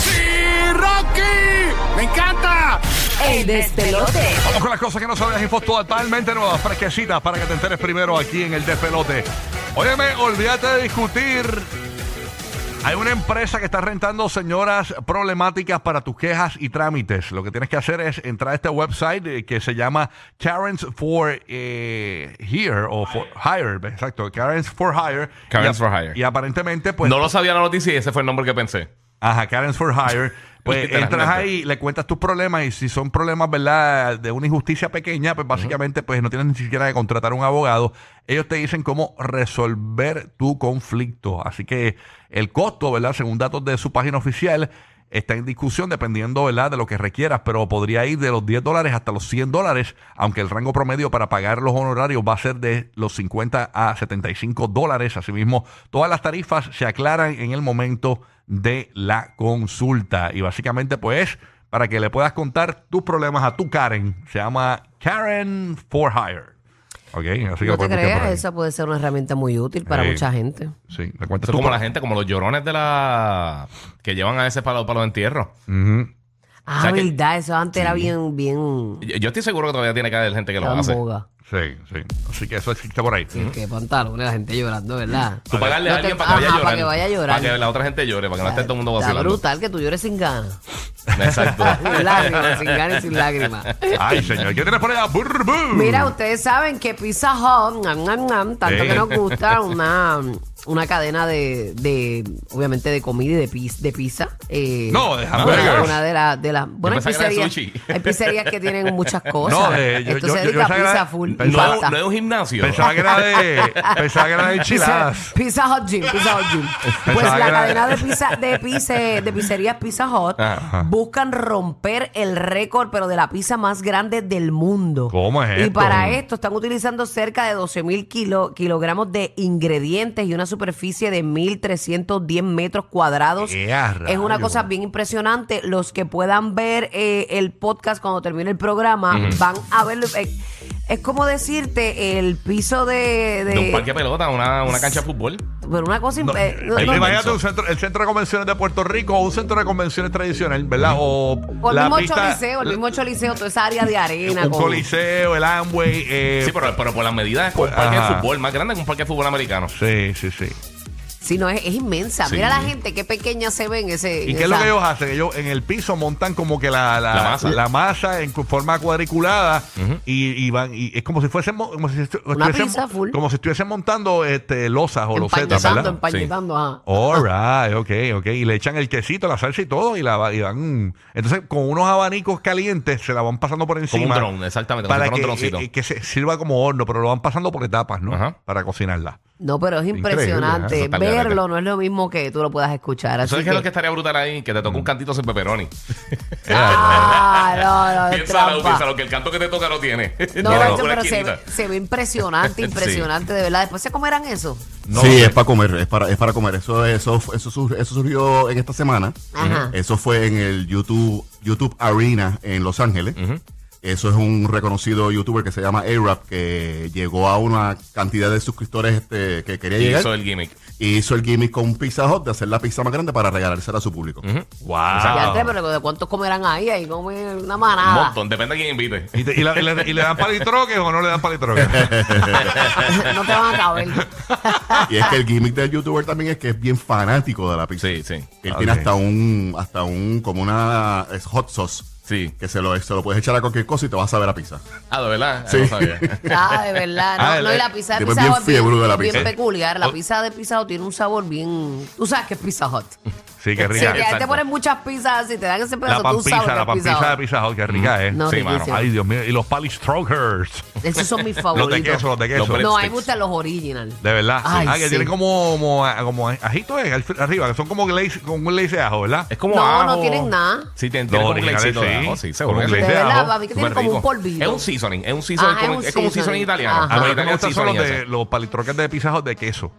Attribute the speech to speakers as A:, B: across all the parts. A: ¡Sí, Rocky! ¡Me encanta!
B: El despelote.
C: Vamos con las cosas que no sabías, info totalmente nuevas, fresquecitas, para que te enteres primero aquí en el despelote. Óyeme, olvídate de discutir. Hay una empresa que está rentando señoras problemáticas para tus quejas y trámites. Lo que tienes que hacer es entrar a este website eh, que se llama Karens for eh, Here o for Hire, exacto, Karens for Hire.
D: Karens
C: Y
D: for Hire.
C: Y aparentemente pues
D: no lo sabía la noticia y ese fue el nombre que pensé.
C: Ajá, Karens for Hire. Pues
D: Literalmente.
C: entras ahí, le cuentas tus problemas y si son problemas, ¿verdad? De una injusticia pequeña, pues básicamente pues no tienes ni siquiera que contratar un abogado. Ellos te dicen cómo resolver tu conflicto. Así que el costo, ¿verdad? Según datos de su página oficial, está en discusión dependiendo, ¿verdad? De lo que requieras, pero podría ir de los 10 dólares hasta los 100 dólares, aunque el rango promedio para pagar los honorarios va a ser de los 50 a 75 dólares. Asimismo, todas las tarifas se aclaran en el momento de la consulta. Y básicamente, pues, para que le puedas contar tus problemas a tu Karen, se llama Karen for Hire. Ok, así que
B: No
C: lo
B: te
C: puedes buscar por
B: creas,
C: ahí.
B: esa puede ser una herramienta muy útil para
C: Sí.
B: mucha gente.
C: Sí, le cuentas tus
D: Eso es como la
C: pro-
D: gente, como los llorones de la. que llevan a veces para, los- para los entierros.
C: Ujú.
B: Ah,
D: O sea que-
B: verdad, eso antes era bien, bien
D: Yo, yo estoy seguro que todavía tiene que haber gente que lo
B: tan
D: hace. ¿Mm?
B: boga.
C: Sí, sí. Así que eso existe por ahí.
B: Qué pantalones, la gente llorando, ¿verdad?
D: Tú pagarle
B: No
D: a
B: te-
D: alguien para que vaya
B: ajá,
D: a llorar.
B: para que vaya a llorar.
D: Para que la otra gente llore, para que no esté todo el mundo
B: Está
D: vacilando.
B: brutal que tú llores sin ganas.
D: Exacto.
B: Sin lágrimas, sin ganas y sin lágrimas.
C: Ay, señor, ¿qué tienes por allá? Burr, burr.
D: Mm.
B: Mira, ustedes saben que Pizza Hut, nam, nam, nam, tanto
C: Sí.
B: que nos gusta, una, una cadena de, de, obviamente, de comida y de, pis- de pizza. eh,
C: No, de
B: una-
C: hamburgers.
B: Una, de las... De las bueno, hay
D: pensaba que era de
B: pizzerías,
D: sushi. eh,
B: hay pizzerías que tienen muchas cosas.
C: No, de- yo-
B: Esto
C: yo-
B: se
C: yo- yo
B: dedica a
C: pensaba que
B: pizza
C: era-
B: full. y
D: No,
B: pasta.
D: no es un gimnasio.
C: Pensaba que era de. Pensaba que era de
B: Pizza,
C: enchiladas.
B: Pizza Hot Gym, Pizza Hot Gym. Pues
C: Pensaba
B: la
C: que era-
B: cadena de pizza, de pizze- de pizzerías Pizza Hot
D: Ajá.
B: buscan romper el récord, pero de la pizza más grande del mundo.
C: ¿Cómo es
B: Y
C: esto?
B: para esto están utilizando cerca de 12 mil kilogramos de ingredientes y una superficie de 1.310 metros cuadrados.
C: ¡Eh, a rayos!
B: Es una cosa bien impresionante. Los que puedan ver eh, el podcast cuando termine el programa van a verlo. Eh, es como decirte el piso de...
D: De un parque de pelota, una, una cancha de fútbol.
B: Pero una cosa imp- eh, no,
C: Ahí
B: no,
C: Imagínate
D: no.
C: un centro, el centro de convenciones de Puerto Rico o un centro de convenciones tradicional, ¿verdad? O
B: o el
C: la
B: mismo
C: pista-
B: choliseo, el mismo choliseo, toda esa área de arena.
C: un
B: con-
C: coliseo, el Amway. eh,
D: Sí, pero, pero por las medidas es como un parque
C: Ajá.
D: de fútbol más grande que un parque de fútbol americano.
C: sí, sí, sí.
B: Sí, no, es, es inmensa.
D: Sí.
B: Mira la gente, qué pequeña se ve en ese.
C: ¿Y
B: en
C: qué es lo
B: esa-
C: que ellos hacen? Ellos en el piso montan como que la, la,
D: La masa.
C: masa en cu- forma cuadriculada y, y van y es como si fuesen mo- como si estu- estuviesen-
B: pizza full.
C: como si estuviesen montando este losas o losetas,
B: Empañetando,
C: ¿verdad?
B: empañetando, ajá.
D: Oh.
C: All right, ok, ok. Y le echan el quesito, la salsa y todo, y la va- y van. Entonces, con unos abanicos calientes se la van pasando por
D: Como
C: encima.
D: un dron, exactamente. Como
C: Para
D: si fuera
C: que,
D: un droncito.
C: eh, que se sirva como horno, pero lo van pasando por etapas, ¿no?
D: Ajá.
C: Para cocinarla.
B: No, pero es
C: Increíble,
B: impresionante.
D: ajá, eso está
B: Verlo
D: garete.
B: no es lo mismo que tú lo puedas escuchar. Así
D: ¿Sabes qué
B: que...
D: es lo que estaría brutal ahí? Que te toque un cantito sin pepperoni.
B: Ah, no, no, es
D: Piénsalo,
B: trampa.
D: piénsalo, que el canto que te toca no tiene.
B: No,
D: Una
B: Nacho, pero se
D: esquinita.
B: ve, se ve impresionante,
D: Sí.
B: impresionante, de verdad. Después se comerán eso.
E: sí, es para comer, es para, es para comer. Eso, eso, eso, sur- eso surgió en esta semana.
B: Ajá.
E: Eso fue en el YouTube, YouTube Arena en Los Ángeles. Eso es un reconocido youtuber que se llama A-Rap, que llegó a una cantidad de suscriptores este, que quería
D: Y
E: llegar.
D: eso es el gimmick.
E: Y hizo el gimmick con Pizza Hut de hacer la pizza más grande para regalársela a su público.
B: Ya
C: ¡Wow!
B: antes, pero ¿de cuántos comerán ahí? Ahí come
D: Ah.
B: una
D: Un
B: manada.
D: montón, depende de quién invite.
C: ¿Y, te- y la- y le, y le dan palitroques o no le dan palitroques?
B: no te van a caber.
E: Y es que el gimmick del youtuber también es que es bien fanático de la pizza.
D: Sí, sí.
E: Él
C: Ah,
E: tiene
C: ok.
E: hasta un, hasta un, como una es hot sauce.
D: Sí.
E: Que se lo, se lo puedes echar a cualquier cosa y te vas a ver a pizza.
D: Ah, de verdad.
E: Sí.
D: No sabía.
B: Ah, de verdad. No,
C: Ah,
B: no, y la pizza de
E: tipo, es
B: Pizza
E: bien
B: Hut es bien,
E: fiebre de la
B: bien
C: Oh.
E: pizza.
B: peculiar. La pizza de Pizza Hut tiene un sabor bien... Tú sabes que es Pizza Hut.
C: Sí, qué
B: Si
C: rica.
D: Sí,
B: te, te
D: exacto.
B: ponen muchas pizzas y te dan ese
C: la
B: pedazo, tú
C: pampisa,
B: sabes
C: la
B: que es
C: pampisa de
B: pisado. Mm.
C: Pizza Hut, qué rica es.
B: No,
D: Sí,
B: riquísimo.
D: mano.
C: Ay, Dios mío. Y los Pally Strokers.
B: Esos son mis
C: Los
B: favoritos.
C: de queso, los de queso.
D: Los
B: No, a mí
D: breadsticks.
B: me gustan los original.
C: De verdad.
B: Ay,
C: ah, que
B: sí.
C: tienen como, como, como ajito eh, al fr- arriba, que son como glaze, con un glaze de ajo, ¿verdad?
D: Es como
B: No,
D: ajo.
B: no tienen nada.
D: Sí, tienen,
C: Los
D: tienen como un
C: originales,
D: glazito de
C: sí.
D: ajo, sí, seguro.
C: Con un
D: que sí.
C: glaze de
B: ¿Verdad?
C: ajo.
B: Para mí que tienen
D: Súper
B: como un
D: rico.
B: polvito.
D: Es un seasoning, es un seasoning,
B: Ajá,
D: como-
B: es un
D: es como un seasoning
B: seasoning.
D: italiano.
B: Ajá.
C: A mí
D: Como
C: lo que me
D: italiano
C: gustan son los,
D: seasoning
C: Ah, de,
D: ese.
C: los Pally Strokers de Pizza Hut de queso.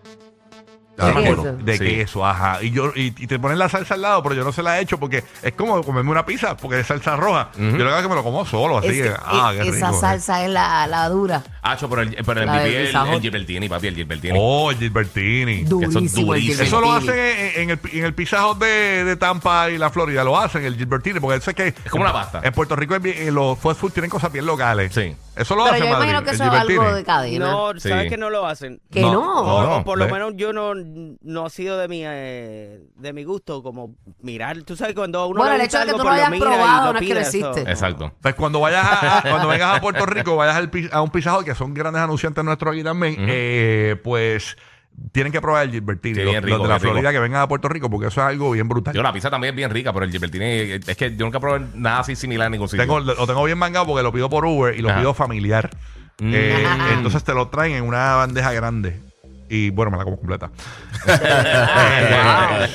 C: Ah,
E: Ya me
B: ¿Qué
E: acuerdo.
B: es eso?
C: De
D: Sí.
C: queso, ajá. Y yo y, y te ponen la salsa al lado, pero yo no se la he hecho porque es como comerme una pizza porque es salsa roja. Yo lo que hago es que me lo como solo, así.
B: Es que-
C: que, ah,
B: es-
C: qué
B: esa
C: rico.
B: salsa es la, la dura.
D: Hacho, Ah, pero el, pero el
B: La de
D: MVP es
B: Pizza
D: el, el
B: Hut.
D: Gilbertini, papi, el Gilbertini.
C: Oh, el Gilbertini.
D: eso es
B: Durísimo. el
D: durísimo.
C: Eso lo hacen
B: Gilbertini.
C: en, en el, en el Pizza Hut de, de Tampa y la Florida, lo hacen el Gilbertini, porque eso es que.
D: Es como una pasta.
C: En Puerto Rico es bien- en los fast food tienen cosas bien locales.
D: Sí.
C: Eso lo
B: Pero
C: hacen
B: yo
C: en Madrid,
B: imagino que
C: el
B: eso es algo
C: Gilbertini.
B: de cadena.
F: No,
D: Sí.
F: sabes que no lo hacen.
B: que
C: No,
B: no.
D: no,
F: O,
D: no.
F: o por lo
C: ¿ves?
F: menos yo no, no ha sido de mi eh, de mi gusto como mirar. Tú sabes cuando a uno
B: Bueno,
F: le
B: el
F: gusta
B: hecho de que
F: algo,
B: tú
F: por
B: lo hayas
F: mira y
B: probado no es que lo
F: pide, eso-
B: hiciste.
D: Exacto.
C: Pues cuando vayas a, a- cuando vengas a Puerto Rico, vayas al pi- a un Pizza Hut, que son grandes anunciantes nuestros aquí también, eh, pues tienen que probar el Gilbertini.
D: Sí,
C: los,
D: bien
C: los de
D: rico,
C: la
D: bien rico.
C: Florida que vengan a Puerto Rico, porque eso es algo bien brutal.
D: Yo, la pizza también es bien rica, pero el Gilbertini eh, es que yo nunca probé nada así similar en ningún sitio.
C: Tengo, lo tengo bien mangado porque lo pido por Uber y lo
D: Ajá.
C: pido familiar.
D: Mm.
C: Eh, entonces te lo traen en una bandeja grande. Y bueno, me la como completa.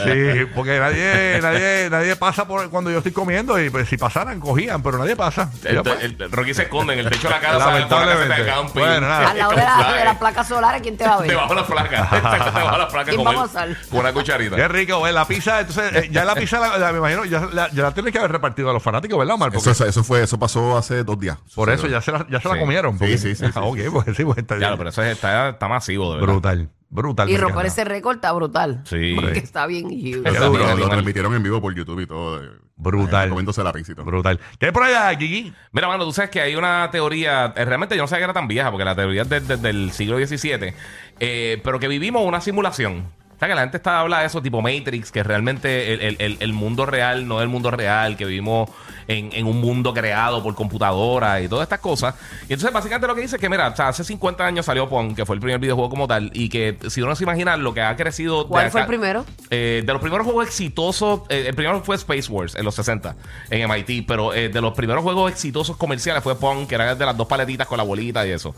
C: sí, porque nadie, nadie, nadie pasa por cuando yo estoy comiendo y pues, si pasaran, cogían, pero nadie pasa.
D: El,
C: Yo, pues,
D: el- el- Rocky se esconde en el techo de la casa.
C: Lamentablemente.
D: sale por la casa y te caga un pin.
C: Bueno, nada.
B: Al lado de la, de la placa solar, ¿quién te va a ver?
D: Te bajo la placa. Te bajo la placa
B: ¿Quién
D: con,
B: va
D: el-
B: a pasar?
D: con una
C: Qué
D: cucharita.
C: rico, ¿ves? La pizza, entonces, eh, ya la pizza, la, la- me imagino, ya la, ya la tienen que haber repartido a los fanáticos, ¿verdad, Omar? Porque
E: Eso, eso fue, eso pasó hace dos días.
C: por eso ya se la, ya se la
D: Sí.
C: comieron. porque-
E: sí, sí, sí,
C: Ah, ok, pues sí, pues está
D: Claro,
C: bien.
D: pero eso es- está, está masivo, de verdad.
C: Brutal, brutal.
B: Y
C: me
B: romper
C: encanta.
B: ese récord está brutal.
D: Sí.
B: Porque está bien huge.
E: Eso
D: Qué duro,
E: lo- lo,
D: animal.
E: transmitieron en vivo por YouTube y todo. eh,
C: Brutal.
E: eh, Comiéndose la pizza. y todo.
C: Brutal. ¿Qué hay por allá, Gigi?
D: Mira, mano, tú sabes que hay una teoría, eh, realmente yo no sabía que era tan vieja, porque la teoría es desde el siglo XVII, eh, pero que vivimos una simulación. O sea, que la gente está habla de eso tipo Matrix, que realmente el, el- el- el mundo real no es el mundo real, que vivimos en, en un mundo creado por computadora y todas estas cosas. Y entonces básicamente lo que dice es que, mira, o sea, hace 50 años salió Pong, que fue el primer videojuego como tal, y que si uno se imagina lo que ha crecido... de
B: ¿Cuál fue el
D: acá-
B: primero?
D: eh, de los primeros juegos exitosos, eh, el primero fue Space Wars en los 60 en MIT, pero eh, de los primeros juegos exitosos comerciales fue Pong, que era de las dos paletitas con la bolita y eso.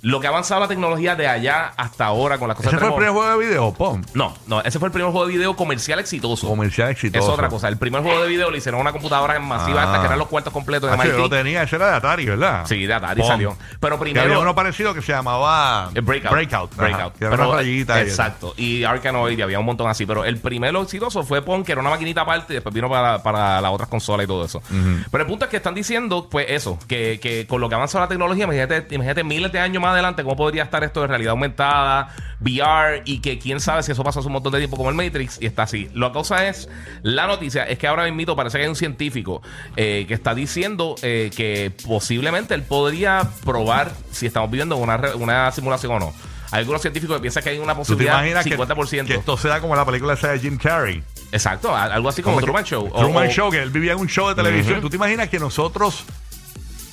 D: Lo que ha avanzado la tecnología de allá hasta ahora con las cosas
C: ¿Ese fue el
D: que
C: primer
D: tenemos-
C: juego de video? Pum.
D: No, no, ese fue el primer juego de video comercial exitoso.
C: Comercial exitoso.
D: Es otra cosa. El primer juego de video lo hicieron a una computadora en masiva
C: Ah.
D: hasta que eran los cuartos completos de
C: Ah, sí, yo lo
D: MIT.
C: tenía, ese era de Atari, ¿verdad?
D: sí, de Atari
C: Pong.
D: salió. Pero
C: Que había
D: primero.
C: uno parecido que se llamaba
D: Eh, Breakout.
C: Breakout. ajá,
D: Breakout.
C: que era una
D: Pero,
C: rayita. y eso.
D: exacto. Y Arkanoid y había un montón así. Pero el primero exitoso fue Pong, que era una maquinita aparte y después vino para, para las otras consolas y todo eso. Pero el punto es que están diciendo, pues eso, que, que con lo que avanza la tecnología, imagínate, imagínate miles de años más adelante, cómo podría estar esto de realidad aumentada, VR y que quién sabe si eso pasó hace un montón de tiempo como el Matrix y está así. La cosa es, la noticia es que ahora mismo parece que hay un científico eh, que está diciendo eh, que posiblemente él podría probar si estamos viviendo una, re- una simulación o no. Hay algunos científicos que piensan que hay una
C: ¿Tú te
D: posibilidad
C: imaginas que,
D: 50%.
C: que esto sea como la película esa de Jim Carrey?
D: Exacto, a- algo así como
C: Como
D: Truman
C: que-
D: Show. o-
C: Truman
D: o-
C: Show, que él vivía en un show de televisión. ¿Tú te imaginas que nosotros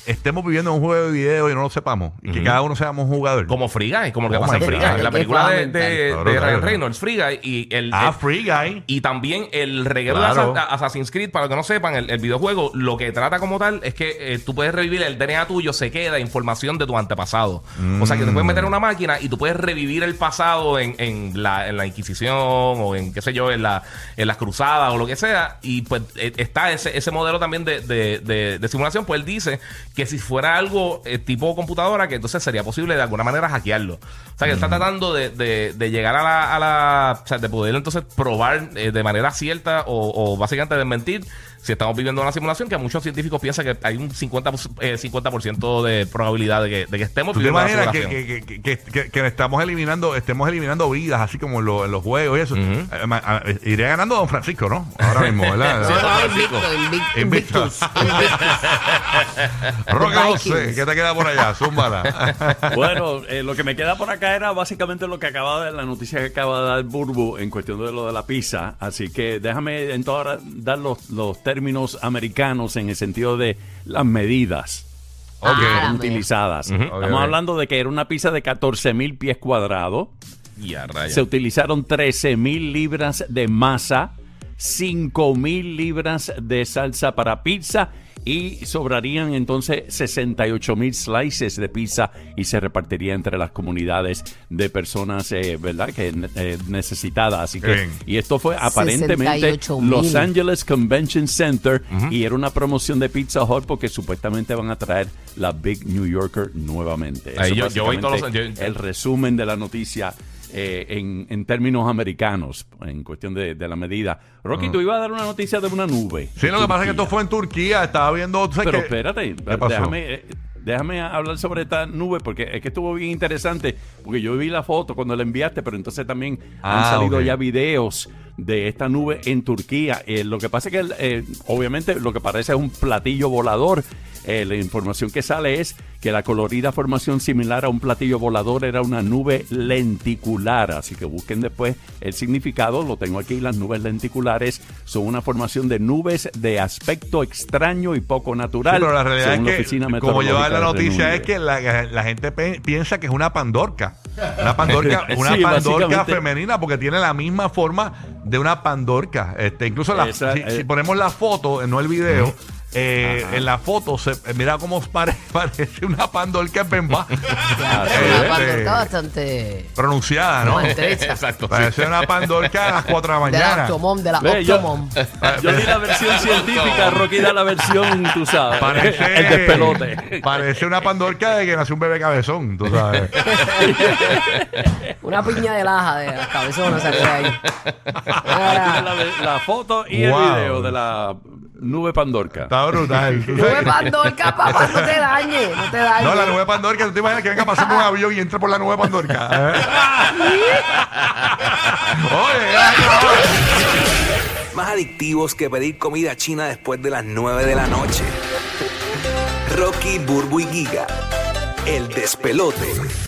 C: estemos viviendo en un juego de video y no lo sepamos? Y que cada uno seamos un jugador.
D: Como Free Guy, como lo que
C: Oh
D: pasa en
C: my
D: Free
C: God.
D: Guy. La
B: Qué
D: película de,
B: fundamental.
D: de-
C: Claro,
D: de
C: claro,
D: Ryan
C: claro.
D: Reynolds, Free Guy. Y, el,
C: Ah,
D: el-
C: Free Guy.
D: y también el reguero
C: Claro.
D: de Assa- Assassin's Creed, para los que no sepan, el, el videojuego lo que trata como tal es que eh, tú puedes revivir el DNA tuyo, se queda información de tu antepasado. O sea que te puedes meter en una máquina y tú puedes revivir el pasado en, en la, en la Inquisición o en qué sé yo, en, la, en las cruzadas o lo que sea. Y pues eh, está ese, ese modelo también de, de- de- de simulación. Pues él dice que si fuera algo eh, tipo computadora, que entonces sería posible de alguna manera hackearlo. O sea que él está tratando de, de- de llegar a la, a la- O sea, de poder entonces probar eh, de manera cierta o, o básicamente desmentir si estamos viviendo una simulación que muchos científicos piensan que hay un 50, eh, 50% de probabilidad de que, de que estemos
C: ¿Tú te
D: viviendo una
C: imaginas que,
D: simulación.
C: que, que, que, que- que estamos eliminando, estemos eliminando vidas, así como en, lo- en los juegos y eso? Eh, ma- a- eh, iría ganando Don Francisco, ¿no? Ahora mismo,
D: Sí,
C: ¿verdad?
D: Don
B: Ah,
D: Francisco.
C: pues.
B: invicto, invicto,
C: Invictus.
B: invictus, invictus.
C: Roca
B: Vikings.
C: José, ¿qué te queda por allá? Zúmbala.
G: Bueno, eh, lo que me queda por acá era básicamente lo que acaba de la noticia que acaba de dar Burbu en cuestión de lo de la pizza. Así que déjame entonces dar los, los términos americanos en el sentido de las medidas
C: Ok.
B: Ah, la mierda.
G: utilizadas. Estamos
C: Ok, ok.
G: hablando de que era una pizza de 14 mil pies cuadrados.
D: Y a rayos.
G: Se utilizaron 13 mil libras de masa. 5 mil libras de salsa para pizza y sobrarían entonces 68 mil slices de pizza y se repartiría entre las comunidades de personas, eh, ¿verdad?, que eh, necesitadas. Así que,
C: Bien.
G: y esto fue aparentemente
B: 68,000.
G: Los Angeles Convention Center y era una promoción de Pizza Hut porque supuestamente van a traer la Big New Yorker nuevamente.
D: Ahí
G: Eso
D: yo-
G: es
D: yo voy todos los-
G: básicamente
D: yo-
G: el resumen de la noticia eh, en, en términos americanos, en cuestión de, de la medida. Rocky, tú ibas a dar una noticia de una nube.
C: Sí, lo que pasa es que esto fue en Turquía. Estaba viendo. ¿sabes qué?
G: Pero espérate,
C: pasó?
G: déjame, eh, déjame hablar sobre esta nube porque es que estuvo bien interesante. Porque yo vi la foto cuando la enviaste, pero entonces también
C: Ah,
G: han salido
C: ok.
G: ya videos de esta nube en Turquía. Eh, lo que pasa es que, eh, obviamente, lo que parece es un platillo volador. Eh, la información que sale es que la colorida formación similar a un platillo volador era una nube lenticular. Así que busquen después el significado. Lo tengo aquí. Las nubes lenticulares son una formación de nubes de aspecto extraño y poco natural.
C: Sí, pero la realidad
G: según la
C: es
G: Oficina
C: que, como lleva la
G: Meteorológica de Reino
C: noticia, es
G: Unido.
C: que la, la gente pe- piensa que es una pandorca. Una pandorca,
G: Sí,
C: una pandorca
G: básicamente.
C: femenina, porque tiene la misma forma de una pandorca. Este, incluso la-
G: Esa,
C: si,
G: eh.
C: si ponemos la foto, eh, no el video. eh, en la foto se eh, mira cómo pare- parece una pandorca en Pemba.
G: una
C: Este,
H: está bastante
C: pronunciada, ¿no?
H: maltrecha.
D: Exacto. sí.
C: Parece una pandorca a las 4 de la
H: De la
C: mañana.
H: Octomom, de la
G: Ve, yo-
H: Octomom.
G: Yo di la versión científica, Rocky da la versión, tú sabes,
C: Parece,
G: el despelote.
C: parece una pandorca de que nació un bebé cabezón, tú sabes.
H: Una piña de laja de las cabezonas salió de ahí.
G: Ahí
H: Ahora,
G: tiene la, la foto y el
C: Wow.
G: video de la nube pandorca.
C: Está brutal. Tú sabes
H: nube
C: que-
H: pandorca, papá, no te dañes, no te dañes.
C: No, la nube Pandorca, ¿tú te imaginas que venga pasando un avión y entre por la nube Pandorca? ¿Eh? Oye, ya, ya,
I: Más adictivos que pedir comida china después de las 9 de la noche. Rocky, Burbu y Giga. El despelote.